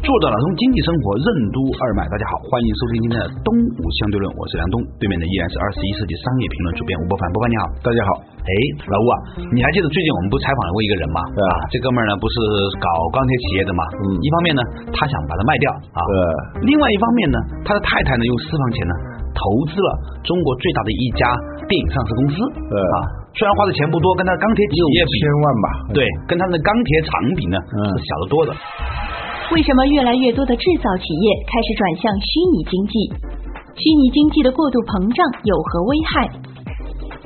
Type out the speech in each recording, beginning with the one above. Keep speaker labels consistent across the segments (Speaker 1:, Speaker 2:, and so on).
Speaker 1: 作者打通经济生活任督二脉，大家好，欢迎收听今天的《东吴相对论》，我是梁东，对面的依然是二十一世纪商业评论主编吴伯凡，伯凡你好，
Speaker 2: 大家好。
Speaker 1: 哎，老吴啊，你还记得最近我们不采访过一个人吗？
Speaker 2: 对啊
Speaker 1: 这哥们儿呢不是搞钢铁企业的吗？
Speaker 2: 嗯
Speaker 1: 一方面呢他想把它卖掉啊，
Speaker 2: 对，
Speaker 1: 另外一方面呢，他的太太呢用私房钱呢投资了中国最大的一家电影上市公司，
Speaker 2: 对
Speaker 1: 啊，虽然花的钱不多，跟他钢铁企业比
Speaker 2: 千，万吧。
Speaker 1: 对，跟他们的钢铁厂比呢、
Speaker 2: 嗯
Speaker 1: 是小得多的。
Speaker 3: 为什么越来越多的制造企业开始转向虚拟经济？虚拟经济的过度膨胀有何危害？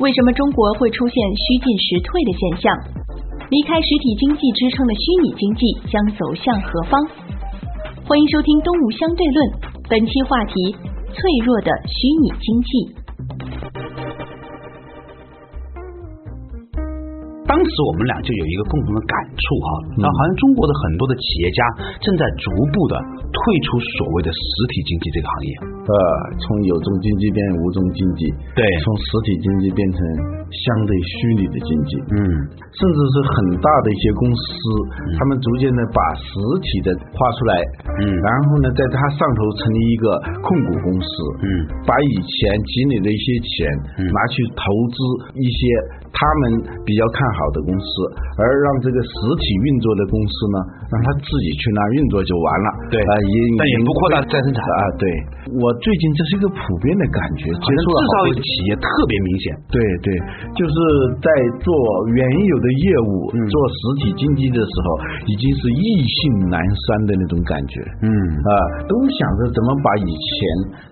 Speaker 3: 为什么中国会出现虚进实退的现象？离开实体经济支撑的虚拟经济将走向何方？欢迎收听《东吴相对论》，本期话题：脆弱的虚拟经济。
Speaker 1: 当时我们俩就有一个共同的感触哈、
Speaker 2: 嗯
Speaker 1: 那好像中国的很多的企业家正在逐步的退出所谓的实体经济这个行业。
Speaker 2: 呃，从有中经济变无中经济，
Speaker 1: 对
Speaker 2: 从实体经济变成相对虚拟的经济，
Speaker 1: 嗯，
Speaker 2: 甚至是很大的一些公司，他们逐渐的把实体的画出来，
Speaker 1: 嗯
Speaker 2: 然后呢，在它上头成立一个控股公司，
Speaker 1: 嗯
Speaker 2: 把以前积累的一些钱
Speaker 1: 嗯
Speaker 2: 拿去投资一些他们比较看好的公司，而让这个实体运作的公司呢，让他自己去那运作就完了，
Speaker 1: 对
Speaker 2: 啊、也
Speaker 1: 但也不扩大再生产
Speaker 2: 啊，对，我最近这是一个普遍的感觉，
Speaker 1: 好
Speaker 2: 接
Speaker 1: 像
Speaker 2: 触了
Speaker 1: 制造
Speaker 2: 好
Speaker 1: 业
Speaker 2: 多
Speaker 1: 企业特别明显。
Speaker 2: 对对，就是在做原有的业务、
Speaker 1: 嗯
Speaker 2: 做实体经济的时候，已经是意兴阑珊的那种感觉。
Speaker 1: 嗯
Speaker 2: 啊、都想着怎么把以前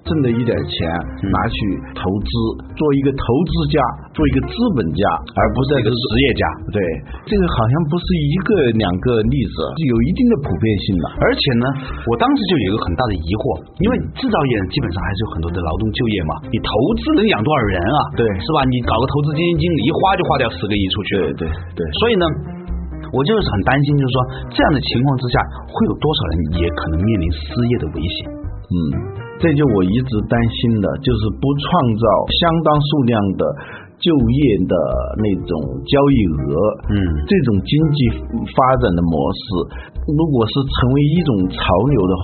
Speaker 2: 挣的一点钱
Speaker 1: 嗯
Speaker 2: 拿去投资，做一个投资家，做一个资本家，而不是
Speaker 1: 一个实业家。
Speaker 2: 对，这个好像不是一个两个例子，有一定的普遍性了。
Speaker 1: 而且呢，我当时就有一个很大的疑惑，因为制造业基本上还是有很多的劳动就业嘛，你投资能养多少人啊？
Speaker 2: 对
Speaker 1: 是吧？你搞个投资基金经理，一花就花掉十个亿出去了。
Speaker 2: 对对对
Speaker 1: 所以呢，我就是很担心，就是说这样的情况之下，会有多少人也可能面临失业的危险？
Speaker 2: 嗯，这就我一直担心的，就是不创造相当数量的就业的那种交易额，
Speaker 1: 嗯
Speaker 2: 这种经济发展的模式，如果是成为一种潮流的话，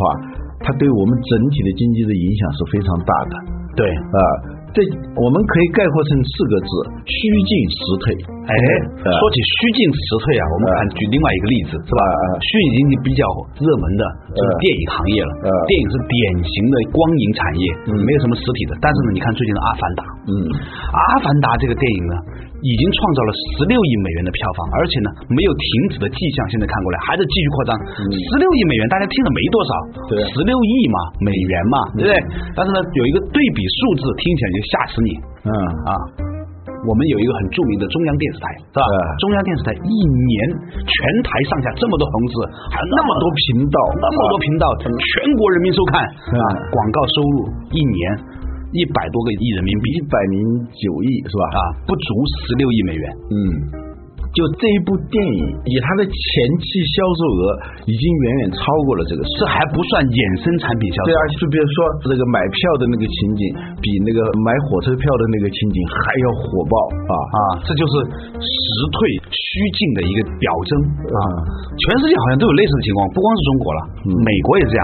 Speaker 2: 它对我们整体的经济的影响是非常大的
Speaker 1: 对，
Speaker 2: 啊。这我们可以概括成四个字：虚进实退。
Speaker 1: 哎，
Speaker 2: 嗯
Speaker 1: 说起虚进实退啊，我们
Speaker 2: 呃
Speaker 1: 看举另外一个例子是吧
Speaker 2: 呃呃？
Speaker 1: 虚拟经济比较热门的
Speaker 2: 嗯
Speaker 1: 就是电影行业了
Speaker 2: 呃，
Speaker 1: 电影是典型的光影产业，
Speaker 2: 嗯
Speaker 1: 没有什么实体的。但是呢，你看最近的《阿凡达》，
Speaker 2: 嗯
Speaker 1: 《阿凡达》这个电影呢，已经创造了十六亿美元的票房，而且呢没有停止的迹象。现在看过来，还在继续扩张。十六亿美元，大家听着没多少，
Speaker 2: 嗯对
Speaker 1: 十六亿嘛，美元嘛，对不对？但是呢，有一个对比数字，听起来就吓死你
Speaker 2: 嗯
Speaker 1: 啊！我们有一个很著名的中央电视台，是吧？
Speaker 2: 对
Speaker 1: 中央电视台一年全台上下这么多红字，还有那么多频道，那么多频道，
Speaker 2: 啊
Speaker 1: 全国人民收看
Speaker 2: 嗯
Speaker 1: 啊，广告收入一年一百多个亿人民币，
Speaker 2: 一百零九亿是吧？
Speaker 1: 啊，不足十六亿美元。
Speaker 2: 嗯，就这一部电影，以它的前期销售额已经远远超过了这个数。
Speaker 1: 这还不算衍生产品销售
Speaker 2: 对啊，就比如说这个买票的那个情景，比那个买火车票的那个情景还要火爆啊！
Speaker 1: 啊，这就是实退虚进的一个表征啊
Speaker 2: 啊。
Speaker 1: 全世界好像都有类似的情况，不光是中国了，
Speaker 2: 嗯
Speaker 1: 美国也这样，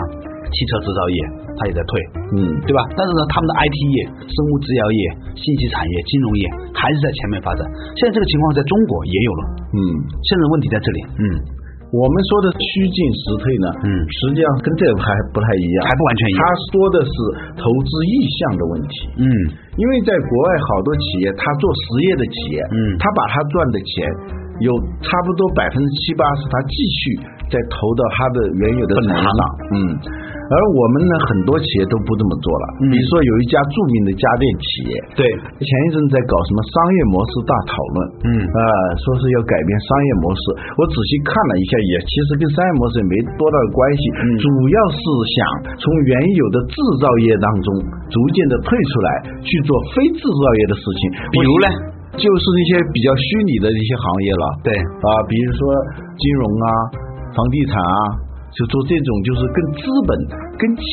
Speaker 1: 汽车制造业它也在退，
Speaker 2: 嗯，
Speaker 1: 对吧？但是呢，他们的 IT 业、生物制药业、信息产业、金融业还是在前面发展。现在这个情况在中国也有了，
Speaker 2: 嗯，
Speaker 1: 现在问题在这里，嗯，
Speaker 2: 我们说的虚进实退呢，
Speaker 1: 嗯
Speaker 2: 实际上跟这个还不太一样，
Speaker 1: 还不完全一样
Speaker 2: 他说的是投资意向的问题，
Speaker 1: 嗯，
Speaker 2: 因为在国外好多企业，他做实业的企业，
Speaker 1: 嗯
Speaker 2: 他把他赚的钱有差不多百分之七八是他继续在再投到它的原有的产业上。嗯，而我们呢，很多企业都不这么做了。
Speaker 1: 嗯
Speaker 2: 比如说有一家著名的家电企业，
Speaker 1: 对，
Speaker 2: 前一阵在搞什么商业模式大讨论，
Speaker 1: 嗯
Speaker 2: 呃，说是要改变商业模式。我仔细看了一下，也其实跟商业模式也没多大的关系，
Speaker 1: 嗯
Speaker 2: 主要是想从原有的制造业当中逐渐的退出来，去做非制造业的事情。
Speaker 1: 比如呢
Speaker 2: 就是一些比较虚拟的一些行业了，
Speaker 1: 对
Speaker 2: 啊，比如说金融啊、房地产啊，就做这种就是跟资本、跟钱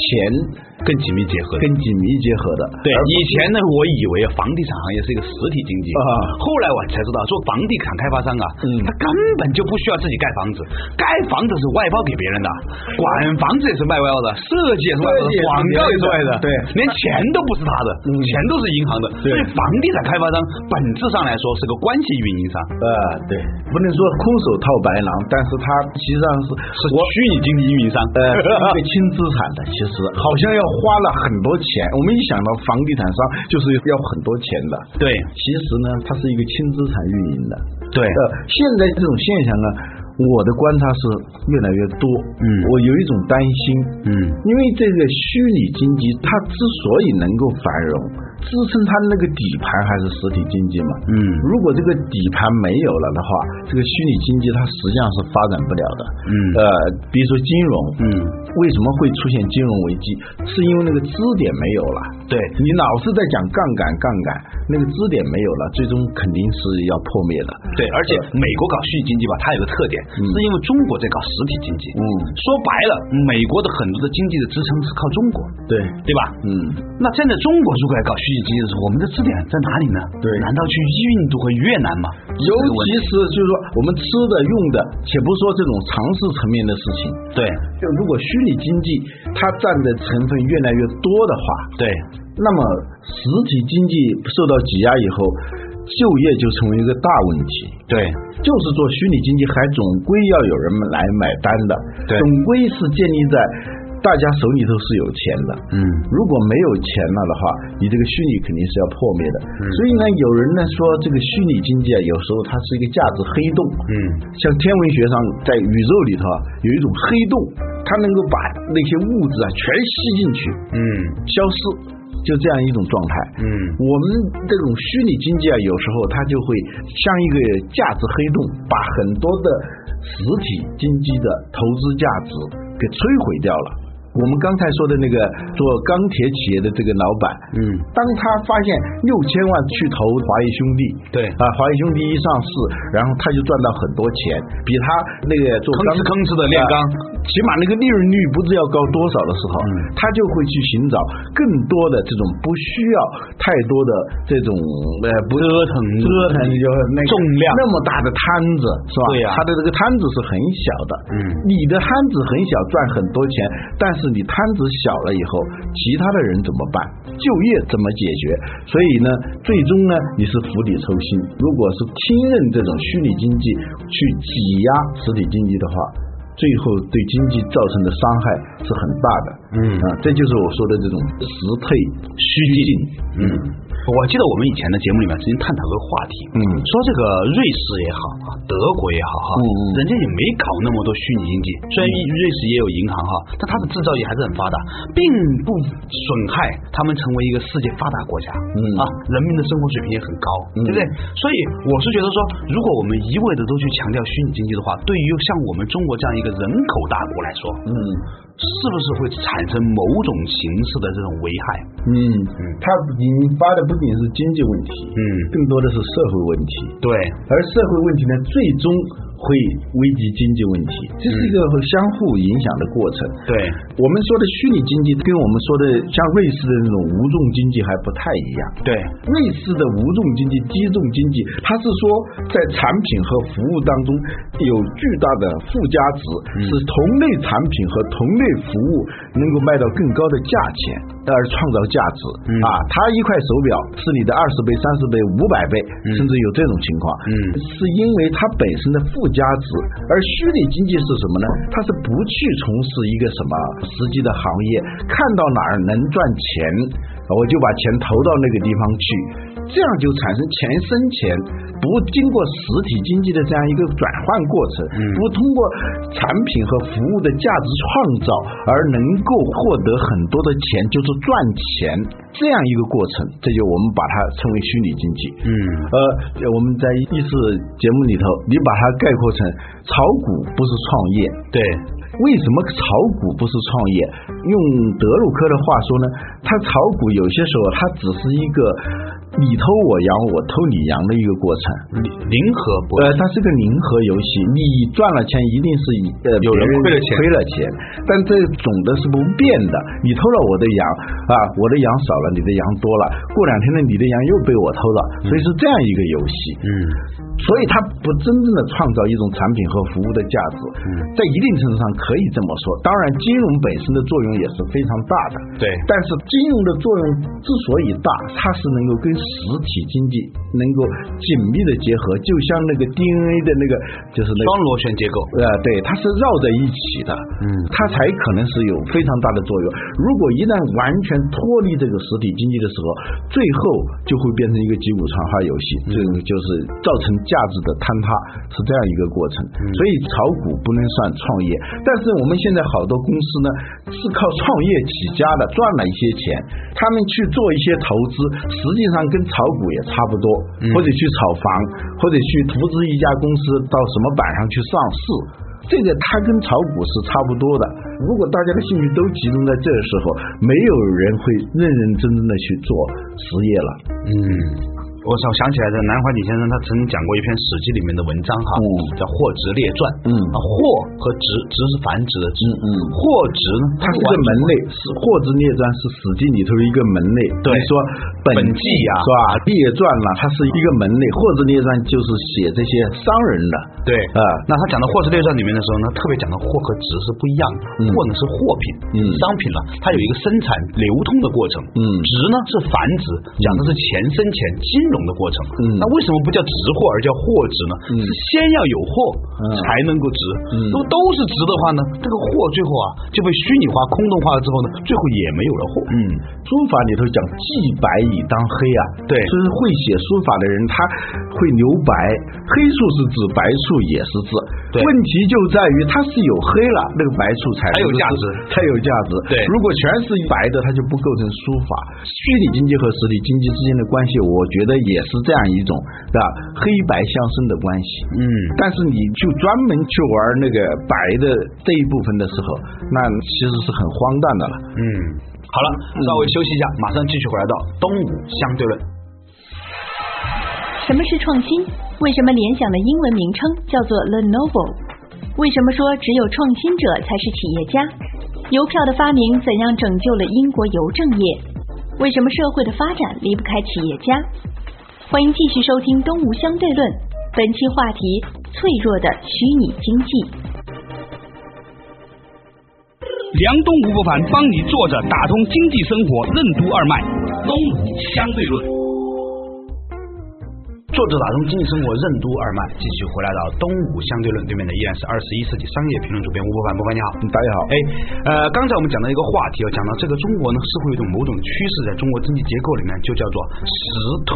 Speaker 1: 更紧密结合。
Speaker 2: 跟紧密结合的。
Speaker 1: 对，
Speaker 2: 而不
Speaker 1: 以前呢，我以为房地产行业是一个实体经济
Speaker 2: 啊嗯
Speaker 1: 后来我才知道，做房地产开发商啊，他根本就不需要自己盖房子，盖房子是外包给别人的，管房子也是外包的，设计也是外包的
Speaker 2: 设计也，是
Speaker 1: 广告也是外的，
Speaker 2: 对嗯
Speaker 1: 连钱都不是他的，钱都是银行的，所以
Speaker 2: 对
Speaker 1: 房地产开发商本质上来说是个关系运营商，
Speaker 2: 呃，对，不能说空手套白狼，但是它实际上是
Speaker 1: 是虚拟经济运 营商，
Speaker 2: 呃，是一个轻资产的，其实好像要花了很多钱。我们一想到房地产商，就是要很多钱的。
Speaker 1: 对
Speaker 2: 其实呢，它是一个轻资产运营的。
Speaker 1: 对
Speaker 2: 呃，现在这种现象呢，我的观察是越来越多。
Speaker 1: 嗯
Speaker 2: 我有一种担心。
Speaker 1: 嗯
Speaker 2: 因为这个虚拟经济，它之所以能够繁荣，支撑它那个底盘还是实体经济嘛。
Speaker 1: 嗯
Speaker 2: 如果这个底盘没有了的话，这个虚拟经济它实际上是发展不了的。
Speaker 1: 嗯
Speaker 2: 呃，比如说金融，
Speaker 1: 嗯，
Speaker 2: 为什么会出现金融危机？是因为那个支点没有了。
Speaker 1: 对
Speaker 2: 你老是在讲杠杆，杠杆，那个支点没有了，最终肯定是要破灭的。
Speaker 1: 对，而且
Speaker 2: 呃
Speaker 1: 美国搞虚拟经济吧，它有个特点，是因为中国在搞实体经济。
Speaker 2: 嗯
Speaker 1: 说白了，美国的很多的经济的支撑是靠中国，
Speaker 2: 对，
Speaker 1: 对吧？
Speaker 2: 嗯，
Speaker 1: 那站在中国如果要搞虚拟经济的时候，我们的支点在哪里呢？
Speaker 2: 对
Speaker 1: 难道去印度和越南吗？
Speaker 2: 尤其是就是说我们吃的、用的，且不说这种常识层面的事情，
Speaker 1: 对
Speaker 2: 就如果虚拟经济它占的成分越来越多的话，
Speaker 1: 对
Speaker 2: 那么实体经济受到挤压以后，就业就成为一个大问题。
Speaker 1: 对
Speaker 2: 就是做虚拟经济，还总归要有人来买单的，
Speaker 1: 对
Speaker 2: 总归是建立在大家手里头是有钱的。
Speaker 1: 嗯
Speaker 2: 如果没有钱了的话，你这个虚拟肯定是要破灭的。所以呢，有人呢说这个虚拟经济啊，有时候它是一个价值黑洞。
Speaker 1: 嗯
Speaker 2: 像天文学上在宇宙里头啊，有一种黑洞，它能够把那些物质啊全吸进去，
Speaker 1: 嗯
Speaker 2: 消失，就这样一种状态。
Speaker 1: 嗯
Speaker 2: 我们这种虚拟经济啊，有时候它就会像一个价值黑洞，把很多的实体经济的投资价值给摧毁掉了。我们刚才说的那个做钢铁企业的这个老板，
Speaker 1: 嗯
Speaker 2: 当他发现六千万去投华谊兄弟，
Speaker 1: 对
Speaker 2: 啊，华谊兄弟一上市，然后他就赚到很多钱，比他那个做
Speaker 1: 吭哧
Speaker 2: 钢
Speaker 1: 吭哧地炼钢
Speaker 2: 啊起码那个利润率不知要高多少的时候，他就会去寻找更多的这种不需要太多的这种呃不折腾折腾就是那
Speaker 1: 嗯
Speaker 2: 个
Speaker 1: 重量
Speaker 2: 那么大的摊子是吧？
Speaker 1: 对呀
Speaker 2: 他的这个摊子是很小的，
Speaker 1: 嗯
Speaker 2: 你的摊子很小，赚很多钱，但是你摊子小了以后，其他的人怎么办？就业怎么解决？所以呢，最终呢，你是釜底抽薪。如果是听任这种虚拟经济去挤压实体经济的话，最后对经济造成的伤害是很大的。
Speaker 1: 嗯
Speaker 2: 啊，这就是我说的这种实退虚
Speaker 1: 嗯。
Speaker 2: 进。
Speaker 1: 我记得我们以前的节目里面曾经探讨过话题，
Speaker 2: 嗯
Speaker 1: 说这个瑞士也好，啊德国也好哈，啊
Speaker 2: 嗯
Speaker 1: 人
Speaker 2: 嗯
Speaker 1: 家也没搞那么多虚拟经济，虽然瑞士也有银行哈，但它的制造业还是很发达，并不损害他们成为一个世界发达国家，
Speaker 2: 嗯
Speaker 1: 啊，人民的生活水平也很高，
Speaker 2: 嗯
Speaker 1: 对不对？所以我是觉得说，如果我们一味的都去强调虚拟经济的话，对于像我们中国这样一个人口大国来说，
Speaker 2: 嗯
Speaker 1: 是不是会产生某种形式的这种危害？
Speaker 2: 嗯，它引发的不仅是经济问题，
Speaker 1: 嗯
Speaker 2: 更多的是社会问题。
Speaker 1: 对，
Speaker 2: 而社会问题呢，最终会危及经济问题，这是一个相互影响的过程。
Speaker 1: 对，
Speaker 2: 我们说的虚拟经济跟我们说的像瑞士的那种无重经济还不太一样。
Speaker 1: 对，
Speaker 2: 瑞士的无重经济、机重经济，它是说在产品和服务当中有巨大的附加值，
Speaker 1: 嗯
Speaker 2: 使同类产品和同类服务能够卖到更高的价钱，而创造价值、
Speaker 1: 嗯
Speaker 2: 啊！它一块手表是你的二十倍、三十倍、五百倍，甚至有这种情况。
Speaker 1: 嗯
Speaker 2: 是因为它本身的附加值，而虚拟经济是什么呢？它是不去从事一个什么实际的行业，看到哪儿能赚钱，我就把钱投到那个地方去，这样就产生钱生钱，不经过实体经济的这样一个转换过程，不通过产品和服务的价值创造而能够获得很多的钱，就是赚钱这样一个过程，这就我们把它称为虚拟经济。
Speaker 1: 嗯
Speaker 2: 呃，我们在意识节目里头，你把它概括成炒股不是创业，
Speaker 1: 对，
Speaker 2: 为什么炒股不是创业？用德鲁克的话说呢，他炒股有些时候它只是一个你偷我羊，我偷你羊的一个过程。
Speaker 1: 零和博弈
Speaker 2: 呃，它是个零和游戏，你赚了钱一定是以呃
Speaker 1: 有人亏了钱
Speaker 2: 亏了钱，但这总的是不变的。你偷了我的羊啊，我的羊少了，你的羊多了，过两天呢，你的羊又被我偷了，所以是这样一个游戏。
Speaker 1: 嗯
Speaker 2: 所以它不真正的创造一种产品和服务的价值，在一定程度上可以这么说。当然，金融本身的作用也是非常大的，
Speaker 1: 对
Speaker 2: 但是金融的作用之所以大，它是能够跟实体经济能够紧密的结合，就像那个 DNA 的那个就是那个
Speaker 1: 双螺旋结构。
Speaker 2: 呃，对，它是绕在一起的，嗯，它才可能是有非常大的作用。如果一旦完全脱离这个实体经济的时候，最后就会变成一个击鼓传花游戏，这种就是造成价值的坍塌，是这样一个过程。所以炒股不能算创业，但是我们现在好多公司呢是靠创业起家的，赚了一些钱，他们去做一些投资，实际上跟炒股也差不多，或者去炒房，或者去投资一家公司到什么板上去上市。这个它跟炒股是差不多的。如果大家的兴趣都集中在这时候，没有人会认认真真的去做实业了。
Speaker 1: 嗯，我我想起来的，南怀瑾先生他曾讲过一篇《史记》里面的文章哈，
Speaker 2: 嗯
Speaker 1: 叫《货值列传》。
Speaker 2: 嗯
Speaker 1: 啊，货和值，值是繁殖的值。
Speaker 2: 嗯嗯
Speaker 1: 货值呢，
Speaker 2: 它是个门类，是《货之列传》是《史记》里头的一个门类。
Speaker 1: 对
Speaker 2: 你说
Speaker 1: 本
Speaker 2: 本
Speaker 1: 纪
Speaker 2: 纪
Speaker 1: 啊
Speaker 2: 是吧？列传啦，它是一个门类，《货之列传》就是写这些商人的。
Speaker 1: 对
Speaker 2: 啊
Speaker 1: 那他讲到《货值列传》里面的时候呢，特别讲到货和值是不一样的，
Speaker 2: 嗯
Speaker 1: 货呢是货品、
Speaker 2: 嗯
Speaker 1: 商品了，它有一个生产流通的过程。
Speaker 2: 嗯
Speaker 1: 值呢是繁殖，讲的是钱生钱金融的过程。
Speaker 2: 嗯
Speaker 1: 那为什么不叫值货而叫货值呢？是
Speaker 2: 嗯
Speaker 1: 先要有货
Speaker 2: 嗯
Speaker 1: 才能够值。
Speaker 2: 嗯
Speaker 1: 如果都是值的话呢，这个货最后啊就被虚拟化、空洞化了之后呢，最后也没有了货。
Speaker 2: 嗯，书法里头讲“既白以当黑”啊，
Speaker 1: 对
Speaker 2: 就是会写书法的人，他会留白，黑处是指白处也是字。
Speaker 1: 对
Speaker 2: 问题就在于它是有黑了，那个白处才
Speaker 1: 才有
Speaker 2: 能够
Speaker 1: 价值
Speaker 2: 是才有价值。
Speaker 1: 对
Speaker 2: 如果全是白的，它就不构成书法。虚拟经济和实体经济之间的关系，我觉得也是这样一种啊黑白相生的关系。
Speaker 1: 嗯
Speaker 2: 但是你就专门去玩那个白的这一部分的时候，那其实是很荒诞的了。
Speaker 1: 嗯，好了，
Speaker 2: 嗯
Speaker 1: 稍微休息一下，马上继续回来到东吴相对论。
Speaker 3: 什么是创新？为什么联想的英文名称叫做 Lenovo？为什么说只有创新者才是企业家？邮票的发明怎样拯救了英国邮政业？为什么社会的发展离不开企业家？欢迎继续收听《东吴相对论》，本期话题：脆弱的虚拟经济。
Speaker 4: 梁东吴不凡帮你坐着打通经济生活任督二脉，东吴相对论。
Speaker 1: 作者打通经济生活任督二脉，继续回来到东吴相对论对面的依然是二十一世纪商业评论主编吴伯凡，伯凡你好。
Speaker 2: 大家好，
Speaker 1: 哎，呃，刚才我们讲到一个话题，哦讲到这个中国呢，似乎有一种某种趋势，在中国经济结构里面就叫做实退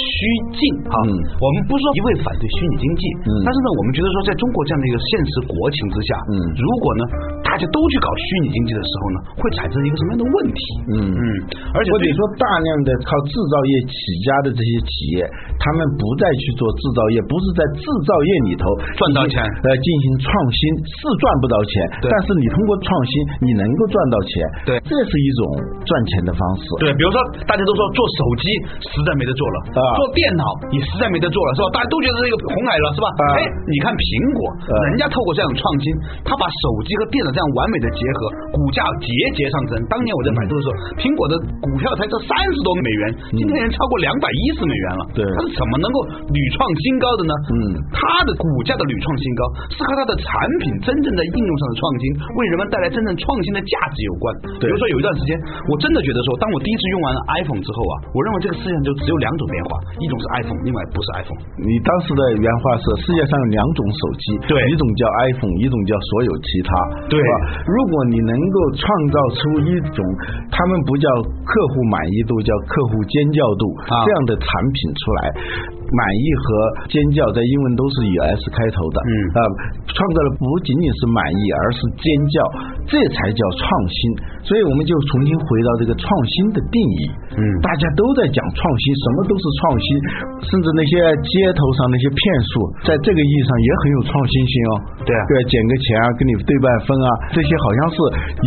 Speaker 1: 虚进哈。
Speaker 2: 嗯
Speaker 1: 我们不是说一味反对虚拟经济，
Speaker 2: 嗯
Speaker 1: 但是呢，我们觉得说，在中国这样的一个现实国情之下，
Speaker 2: 嗯
Speaker 1: 如果呢大家都去搞虚拟经济的时候呢，会产生一个什么样的问题？
Speaker 2: 嗯
Speaker 1: 嗯，而且
Speaker 2: 或者
Speaker 1: 对于
Speaker 2: 说大量的靠制造业起家的这些企业，他们不再去做制造业，不是在制造业里头
Speaker 1: 赚到钱
Speaker 2: 呃，进行创新是赚不到钱，
Speaker 1: 对
Speaker 2: 但是你通过创新，你能够赚到钱，
Speaker 1: 对
Speaker 2: 这是一种赚钱的方式，
Speaker 1: 对，比如说大家都说做手机实在没得做了，
Speaker 2: 啊
Speaker 1: 做电脑也实在没得做了，是吧？大家都觉得这个红海了，是吧？
Speaker 2: 啊
Speaker 1: 哎，你看苹果，
Speaker 2: 啊
Speaker 1: 人家透过这样的创新，他把手机和电脑这样完美的结合，股价节节上升。当年我在百度的时候，苹果的股票才到三十多美元，今天已经超过两百一十美元了。
Speaker 2: 嗯对
Speaker 1: 它是什么呢？能够屡创新高的呢？
Speaker 2: 嗯
Speaker 1: 它的股价的屡创新高是和它的产品真正在应用上的创新，为人们带来真正创新的价值有关。比
Speaker 2: 对
Speaker 1: 如说有一段时间，我真的觉得说，当我第一次用完了 iPhone 之后啊，我认为这个世界上就只有两种变化，一种是 iPhone，另外不是 iPhone。
Speaker 2: 你当时的原话是：世界上有两种手机，
Speaker 1: 对
Speaker 2: 一种叫 iPhone，一种叫所有其他，
Speaker 1: 对
Speaker 2: 是吧如果你能够创造出一种，他们不叫客户满意度，叫客户尖叫度、
Speaker 1: 啊
Speaker 2: 这样的产品出来，满意和尖叫在英文都是以 S 开头的，
Speaker 1: 嗯
Speaker 2: 啊、创造的不仅仅是满意，而是尖叫，这才叫创新。所以我们就重新回到这个创新的定义，
Speaker 1: 嗯
Speaker 2: 大家都在讲创新，什么都是创新，甚至那些街头上那些骗术，在这个意义上也很有创新性哦。
Speaker 1: 对啊
Speaker 2: 对，捡个钱啊，跟你对半分啊，这些好像是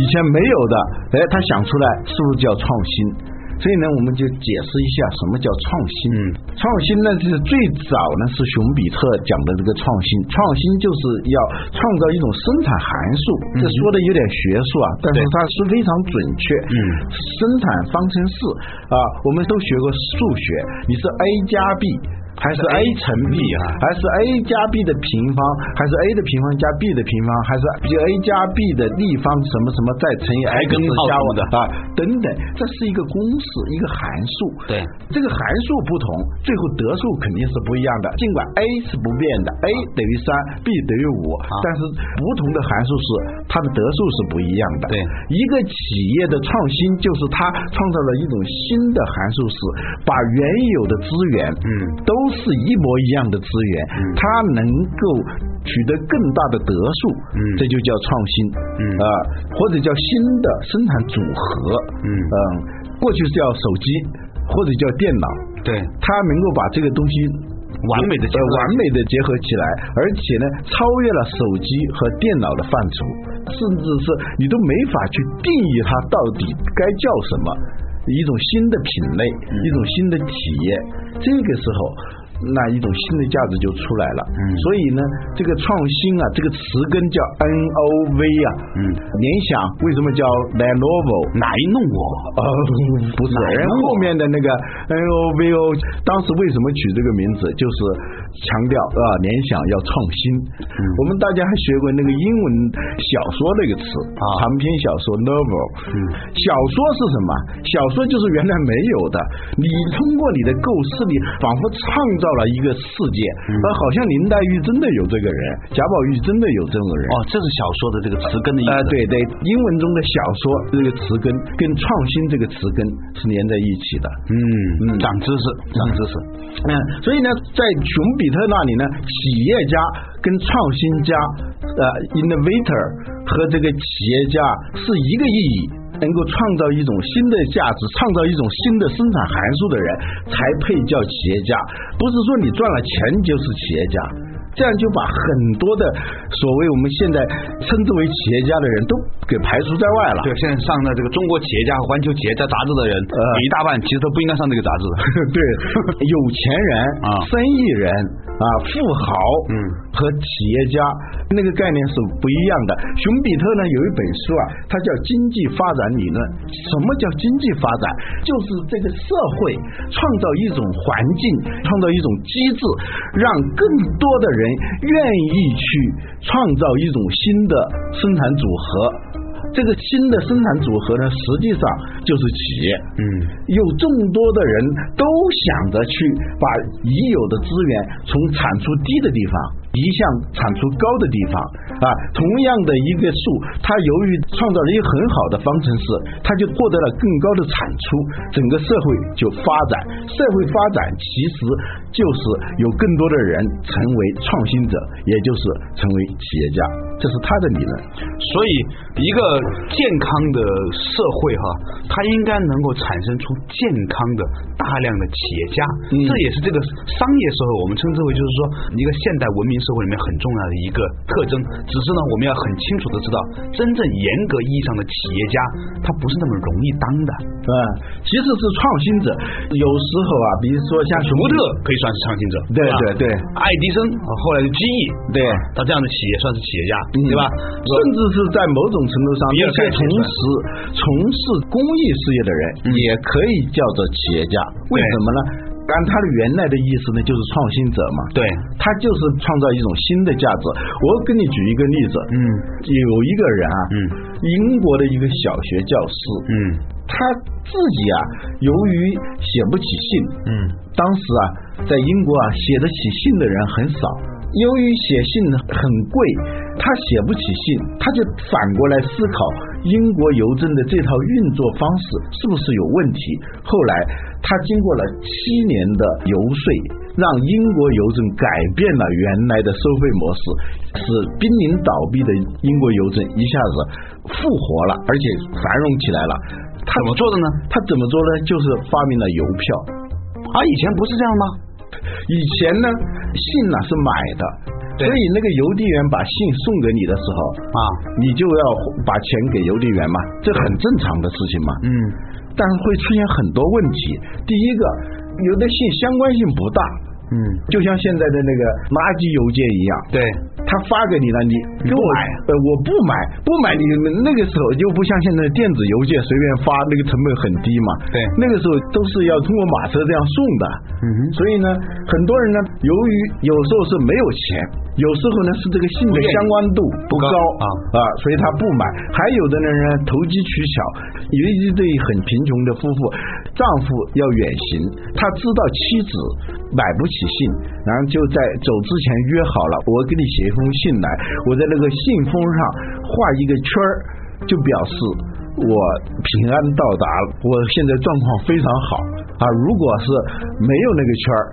Speaker 2: 以前没有的，哎，他想出来是不是叫创新？所以呢，我们就解释一下什么叫创新。
Speaker 1: 嗯
Speaker 2: 创新呢，就是最早呢是熊彼特讲的这个创新。创新就是要创造一种生产函数，这说的有点学术啊，但
Speaker 1: 嗯对
Speaker 2: 是它是非常准确。
Speaker 1: 嗯
Speaker 2: 生产方程式啊，我们都学过数学，你是 a 加 b。还是 a 乘 b
Speaker 1: 啊
Speaker 2: 还是 a 加 b 的平方，还是 a 的平方加 b 的平方，还是 a 加 b 的立方什么什么再乘以 x
Speaker 1: 根号
Speaker 2: 加
Speaker 1: 什么
Speaker 2: 我
Speaker 1: 的
Speaker 2: 啊等等，这是一个公式，一个函数。
Speaker 1: 对，
Speaker 2: 这个函数不同，最后得数肯定是不一样的。尽管 a 是不变的，a 等于三，b 等于五，
Speaker 1: 啊
Speaker 2: 但是不同的函数是它的得数是不一样的。
Speaker 1: 对
Speaker 2: 一个企业的创新就是它创造了一种新的函数式，把原有的资源，
Speaker 1: 嗯
Speaker 2: 都是一模一样的资源，它能够取得更大的得数，
Speaker 1: 嗯
Speaker 2: 这就叫创新，
Speaker 1: 嗯
Speaker 2: 啊、或者叫新的生产组合，
Speaker 1: 嗯
Speaker 2: 嗯，过去是叫手机或者叫电脑，
Speaker 1: 对，
Speaker 2: 它能够把这个东西。
Speaker 1: 完美地结合
Speaker 2: 呃完美的结合起来，而且呢，超越了手机和电脑的范畴，甚至是你都没法去定义它到底该叫什么，一种新的品类，
Speaker 1: 嗯
Speaker 2: 一种新的体验。这个时候，那一种新的价值就出来了。
Speaker 1: 嗯
Speaker 2: 所以呢，这个创新啊，这个词根叫 N O V 啊，
Speaker 1: 嗯
Speaker 2: 联想为什么叫 Lenovo？
Speaker 1: 来弄我。
Speaker 2: 哦，不是，
Speaker 1: 哪
Speaker 2: 然
Speaker 1: 弄
Speaker 2: 后后面的那个哎 N O V O，当时为什么取这个名字，就是强调啊联想要创新。
Speaker 1: 嗯
Speaker 2: 我们大家还学过那个英文小说那个词
Speaker 1: 啊嗯
Speaker 2: 长篇小说 novel。小说是什么？小说就是原来没有的，你通过你的构思，你仿佛创造了一个世界，
Speaker 1: 嗯
Speaker 2: 而好像林黛玉真的有这个人，贾宝玉真的有这种人
Speaker 1: 哦。，这是小说的这个词根的意思。
Speaker 2: 呃，对对，英文中的小说这个词根跟创新这个词根是连在一起的。
Speaker 1: 嗯
Speaker 2: 嗯
Speaker 1: 长知识，长知识。
Speaker 2: 嗯，所以呢，在熊彼特那里呢，企业家跟创新家，呃，innovator 和这个企业家是一个意义，能够创造一种新的价值，创造一种新的生产函数的人，才配叫企业家。不是说你赚了钱就是企业家，这样就把很多的所谓我们现在称之为企业家的人都给排除在外了。
Speaker 1: 对，现在上的这个《中国企业家》和《环球企业家》杂志的人，
Speaker 2: 呃
Speaker 1: 有一大半其实都不应该上这个杂志的。
Speaker 2: 对，有钱人
Speaker 1: 啊
Speaker 2: 生意人啊，富豪，
Speaker 1: 嗯
Speaker 2: 和企业家那个概念是不一样的。熊彼特呢有一本书啊，它叫《经济发展理论》。什么叫经济发展？就是这个社会创造一种环境，创造一种机制，让更多的人愿意去创造一种新的生产组合。这个新的生产组合呢，实际上就是企业。
Speaker 1: 嗯。
Speaker 2: 有众多的人都想着去把已有的资源从产出低的地方移向产出高的地方啊。同样的一个树，它由于创造了一个很好的方程式，它就获得了更高的产出，整个社会就发展。社会发展其实就是有更多的人成为创新者，也就是成为企业家，这是他的理论。
Speaker 1: 所以，一个健康的社会哈，它应该能够产生出健康的大量的企业家，
Speaker 2: 嗯
Speaker 1: 这也是这个商业社会我们称之为就是说一个现代文明社会里面很重要的一个特征。只是呢，我们要很清楚的知道，真正严格意义上的企业家，他不是那么容易当的。
Speaker 2: 嗯，其实是创新者，有时候啊，比如说像熊
Speaker 1: 福特
Speaker 2: 彼
Speaker 1: 可以算是创新者，
Speaker 2: 对
Speaker 1: 吧
Speaker 2: 对对
Speaker 1: 爱迪生呃后来的 GE，
Speaker 2: 对
Speaker 1: 他这样的企业算是企业家，
Speaker 2: 嗯
Speaker 1: 对吧？
Speaker 2: 甚至是在某种程度上，
Speaker 1: 比
Speaker 2: 那
Speaker 1: 尔
Speaker 2: 些
Speaker 1: 盖茨嗯
Speaker 2: 从事从事公益事业的人也可以叫做企业家。为什么呢？按他的原来的意思呢，就是创新者嘛。
Speaker 1: 对，
Speaker 2: 他就是创造一种新的价值。我给你举一个例子，
Speaker 1: 嗯
Speaker 2: 有一个人啊，
Speaker 1: 嗯，
Speaker 2: 英国的一个小学教师，
Speaker 1: 嗯
Speaker 2: 他自己啊，由于写不起信，
Speaker 1: 嗯
Speaker 2: 当时啊，在英国啊，写得起信的人很少。由于写信很贵，他写不起信，他就反过来思考英国邮政的这套运作方式是不是有问题。后来，他经过了七年的游说，让英国邮政改变了原来的收费模式，使濒临倒闭的英国邮政一下子复活了，而且繁荣起来了。他
Speaker 1: 怎么做的呢？
Speaker 2: 他怎么做呢？就是发明了邮票。
Speaker 1: 啊，以前不是这样吗？
Speaker 2: 以前呢，信呢、是买的，所以那个邮递员把信送给你的时候，
Speaker 1: 啊，
Speaker 2: 你就要把钱给邮递员嘛，这很正常的事情嘛。
Speaker 1: 嗯
Speaker 2: 但是会出现很多问题。第一个，有的信相关性不大，
Speaker 1: 嗯，
Speaker 2: 就像现在的那个垃圾邮件一样。
Speaker 1: 对，
Speaker 2: 他发给你了，你
Speaker 1: 你
Speaker 2: 给
Speaker 1: 不
Speaker 2: 我
Speaker 1: 买啊
Speaker 2: 呃，我不买，不买你那个时候又不像现在电子邮件随便发，那个成本很低嘛。
Speaker 1: 对
Speaker 2: 那个时候都是要通过马车这样送的。
Speaker 1: 嗯哼
Speaker 2: 所以呢，很多人呢，由于有时候是没有钱，有时候呢是这个信
Speaker 1: 不愿
Speaker 2: 的
Speaker 1: 意
Speaker 2: 相关度不
Speaker 1: 高
Speaker 2: 高
Speaker 1: 啊
Speaker 2: 啊，所以他不买。还有的人呢投机取巧，有一对很贫穷的夫妇，丈夫要远行，他知道妻子买不起信，然后就在走之前约好了，我给你写一封信来，我在那个信封上画一个圈儿，就表示。我平安到达，我现在状况非常好啊！如果是没有那个圈儿，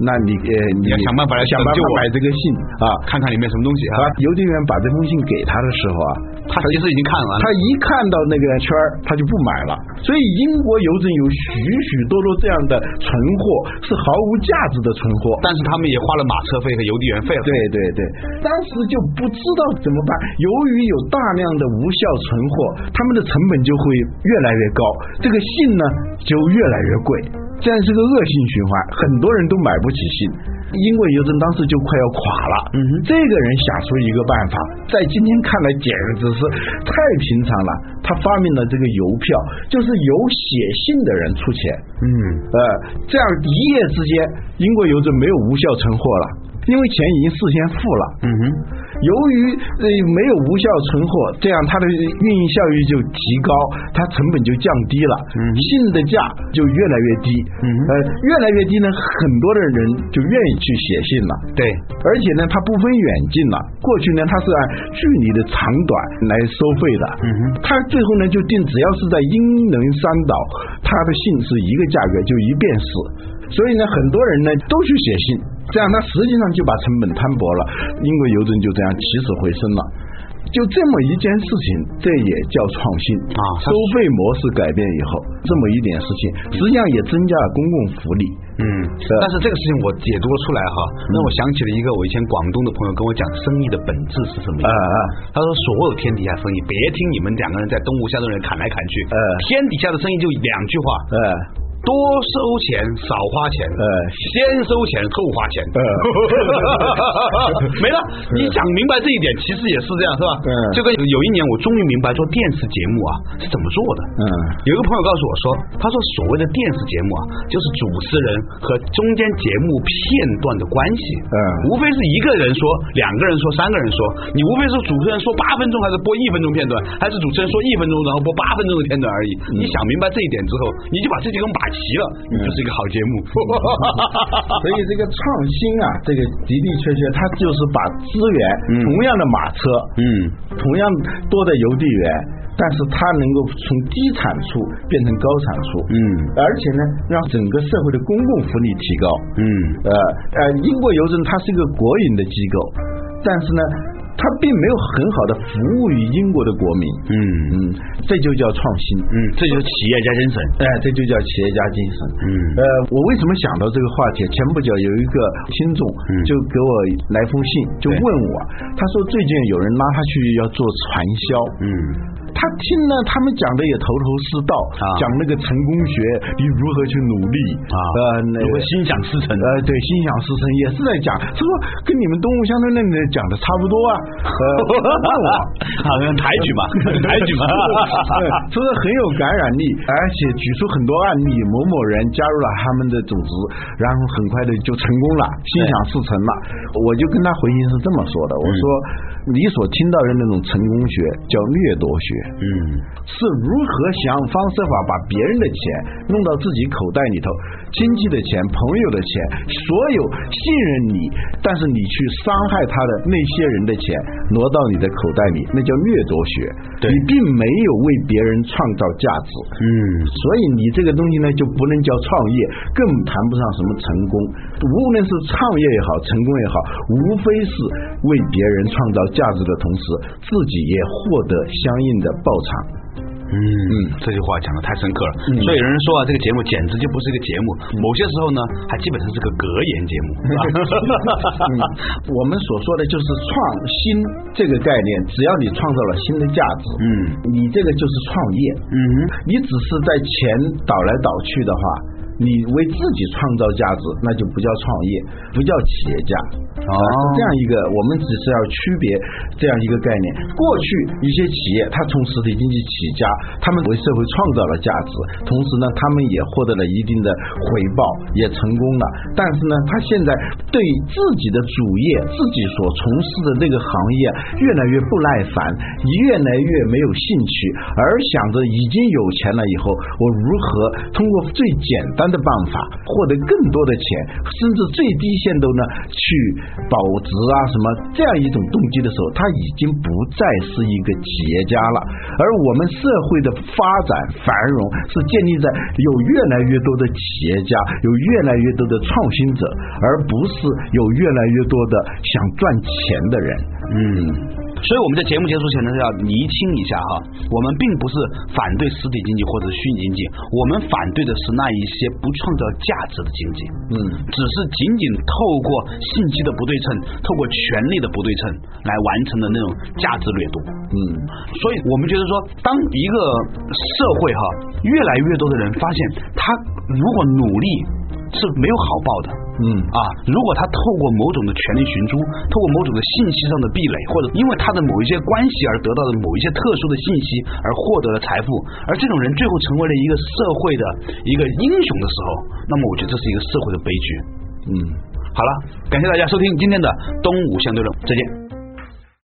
Speaker 2: 那你呃你
Speaker 1: 你要想办法来
Speaker 2: 想办
Speaker 1: 拯救
Speaker 2: 法
Speaker 1: 我
Speaker 2: 买这个信啊！
Speaker 1: 看看里面什么东西啊
Speaker 2: 啊，？邮递员把这封信给他的时候啊，
Speaker 1: 他其实已经看完了
Speaker 2: 他。一看到那个圈儿，他就不买了。所以英国邮政有许许多多这样的存货，是毫无价值的存货。
Speaker 1: 但是他们也花了马车费和邮递员费了。
Speaker 2: 对对对，当时就不知道怎么办。由于有大量的无效存货，他们的成本就会越来越高，这个信呢就越来越贵，这样是个恶性循环，很多人都买不起信。英国邮政当时就快要垮了，嗯
Speaker 1: 哼
Speaker 2: 这个人想出一个办法，在今天看来简直是太平常了。他发明了这个邮票，就是由写信的人出钱，
Speaker 1: 嗯，
Speaker 2: 呃，这样一夜之间，英国邮政没有无效存货了，因为钱已经事先付了。
Speaker 1: 嗯哼，
Speaker 2: 由于呃没有无效存货，这样它的运营效率就提高，它成本就降低了，
Speaker 1: 嗯
Speaker 2: 信的价就越来越低，
Speaker 1: 嗯
Speaker 2: 呃越来越低呢，很多的人就愿意去写信了。
Speaker 1: 对，
Speaker 2: 而且呢，它不分远近了。过去呢，它是按距离的长短来收费的。
Speaker 1: 嗯哼
Speaker 2: 它最后呢就定，只要是在英伦三岛，它的信是一个价格，就一便士。所以呢，很多人呢都去写信，这样它实际上就把成本摊薄了。英国邮政就这样起死回生了。就这么一件事情，这也叫创新
Speaker 1: 啊它
Speaker 2: 收费模式改变以后，这么一点事情，实际上也增加了公共福利。
Speaker 1: 嗯。但是这个事情我解读了出来哈，让我想起了一个我以前广东的朋友跟我讲生意的本质是什么样
Speaker 2: 啊啊！
Speaker 1: 他说所有天底下生意，别听你们两个人在东吴下东人砍来砍去，
Speaker 2: 呃
Speaker 1: 天底下的生意就两句话，
Speaker 2: 呃
Speaker 1: 多收钱少花钱，
Speaker 2: 呃
Speaker 1: 先收钱后花钱，
Speaker 2: 呃
Speaker 1: 没了。
Speaker 2: 哎
Speaker 1: 你讲明白这一点，其实也是这样，是吧？
Speaker 2: 嗯
Speaker 1: 就跟有一年我终于明白做电视节目啊是怎么做的。
Speaker 2: 嗯
Speaker 1: 有一个朋友告诉我说，他说所谓的电视节目啊，就是主持人和中间节目片段的关系。
Speaker 2: 嗯
Speaker 1: 无非是一个人说，两个人说，三个人说，你无非是主持人说八分钟，还是播一分钟片段，还是主持人说一分钟，然后播八分钟的片段而已。你想明白这一点之后，你就把这几个人把齐了，你就是一个好节目。
Speaker 2: 所以这个创新啊，这个的的确确，它就是把资源，
Speaker 1: 嗯
Speaker 2: 同样的马车，
Speaker 1: 嗯，
Speaker 2: 同样多的邮递员，但是它能够从低产出变成高产出，
Speaker 1: 嗯
Speaker 2: 而且呢，让整个社会的公共福利提高，
Speaker 1: 嗯
Speaker 2: 呃呃，英国邮政它是一个国营的机构，但是呢，它并没有很好的服务于英国的国民，
Speaker 1: 嗯
Speaker 2: 嗯，这就叫创新，
Speaker 1: 嗯，这就是企业家精神。
Speaker 2: 哎，这就叫企业家精神。
Speaker 1: 嗯
Speaker 2: 呃，我为什么想到这个话题？前不久有一个听众
Speaker 1: 嗯
Speaker 2: 就给我来封信，就
Speaker 1: 对
Speaker 2: 问我，他说最近有人拉他去要做传销，
Speaker 1: 嗯
Speaker 2: 呃，他听了他们讲的也头头是道，
Speaker 1: 啊
Speaker 2: 讲那个成功学，你如何去努力
Speaker 1: 啊
Speaker 2: 呃，那
Speaker 1: 如何
Speaker 2: 个
Speaker 1: 心想事成
Speaker 2: 呃，对，心想事成也是在讲，他说跟你们东吴相对论的讲的差不多啊，呃， 那我
Speaker 1: 啊，抬举嘛， 抬举嘛，
Speaker 2: 对 说的很有感染力，而且举出很多案例，某某人加入了他们的组织，然后很快的就成功了，心想事成了。我就跟他回信是这么说的，我说、你所听到的那种成功学叫掠夺学，
Speaker 1: 嗯，
Speaker 2: 是如何想方设法把别人的钱弄到自己口袋里头，亲戚的钱、朋友的钱，所有信任你，但是你去伤害他的那些人的钱挪到你的口袋里，那叫掠夺学。
Speaker 1: 对
Speaker 2: 你并没有为别人创造价值，
Speaker 1: 嗯，
Speaker 2: 所以你这个东西呢，就不能叫创业，更谈不上什么成功。无论是创业也好，成功也好，无非是为别人创造价值的同时，自己也获得相应的报偿。
Speaker 1: 嗯，这句话讲的太深刻了，
Speaker 2: 嗯
Speaker 1: 所以有人说啊，这个节目简直就不是一个节目，某些时候呢，还基本上是个格言节 目，是吧
Speaker 2: 嗯，我们所说的就是创新这个概念，只要你创造了新的价值，
Speaker 1: 嗯
Speaker 2: 你这个就是创业。
Speaker 1: 嗯哼，
Speaker 2: 你只是在钱倒来倒去的话，你为自己创造价值，那就不叫创业，不叫企业家。
Speaker 1: 哦
Speaker 2: 啊是这样一个，我们只是要区别这样一个概念。过去一些企业，它从实体经济起家，他们为社会创造了价值，同时呢，他们也获得了一定的回报，也成功了。但是呢，他现在对自己的主业、自己所从事的这个行业越来越不耐烦，越来越没有兴趣，而想着已经有钱了以后，我如何通过最简单的办法获得更多的钱，甚至最低限度呢去保值啊什么这样一种动机的时候，他已经不再是一个企业家了。而我们社会的发展繁荣是建立在有越来越多的企业家，有越来越多的创新者，而不是有越来越多的想赚钱的人。
Speaker 1: 嗯。所以我们在节目结束前呢，要厘清一下哈，我们并不是反对实体经济或者虚拟经济，我们反对的是那一些不创造价值的经济。
Speaker 2: 嗯，
Speaker 1: 只是仅仅透过信息的不对称，透过权力的不对称来完成的那种价值掠夺。
Speaker 2: 嗯，
Speaker 1: 所以我们觉得说，当一个社会哈、越来越多的人发现，他如果努力是没有好报的。
Speaker 2: 嗯
Speaker 1: 啊，如果他透过某种的权力寻租，透过某种的信息上的壁垒，或者因为他的某一些关系而得到的某一些特殊的信息而获得了财富，而这种人最后成为了一个社会的一个英雄的时候，那么我觉得这是一个社会的悲剧。
Speaker 2: 嗯。
Speaker 1: 好了，感谢大家收听今天的东吴相对论，再见。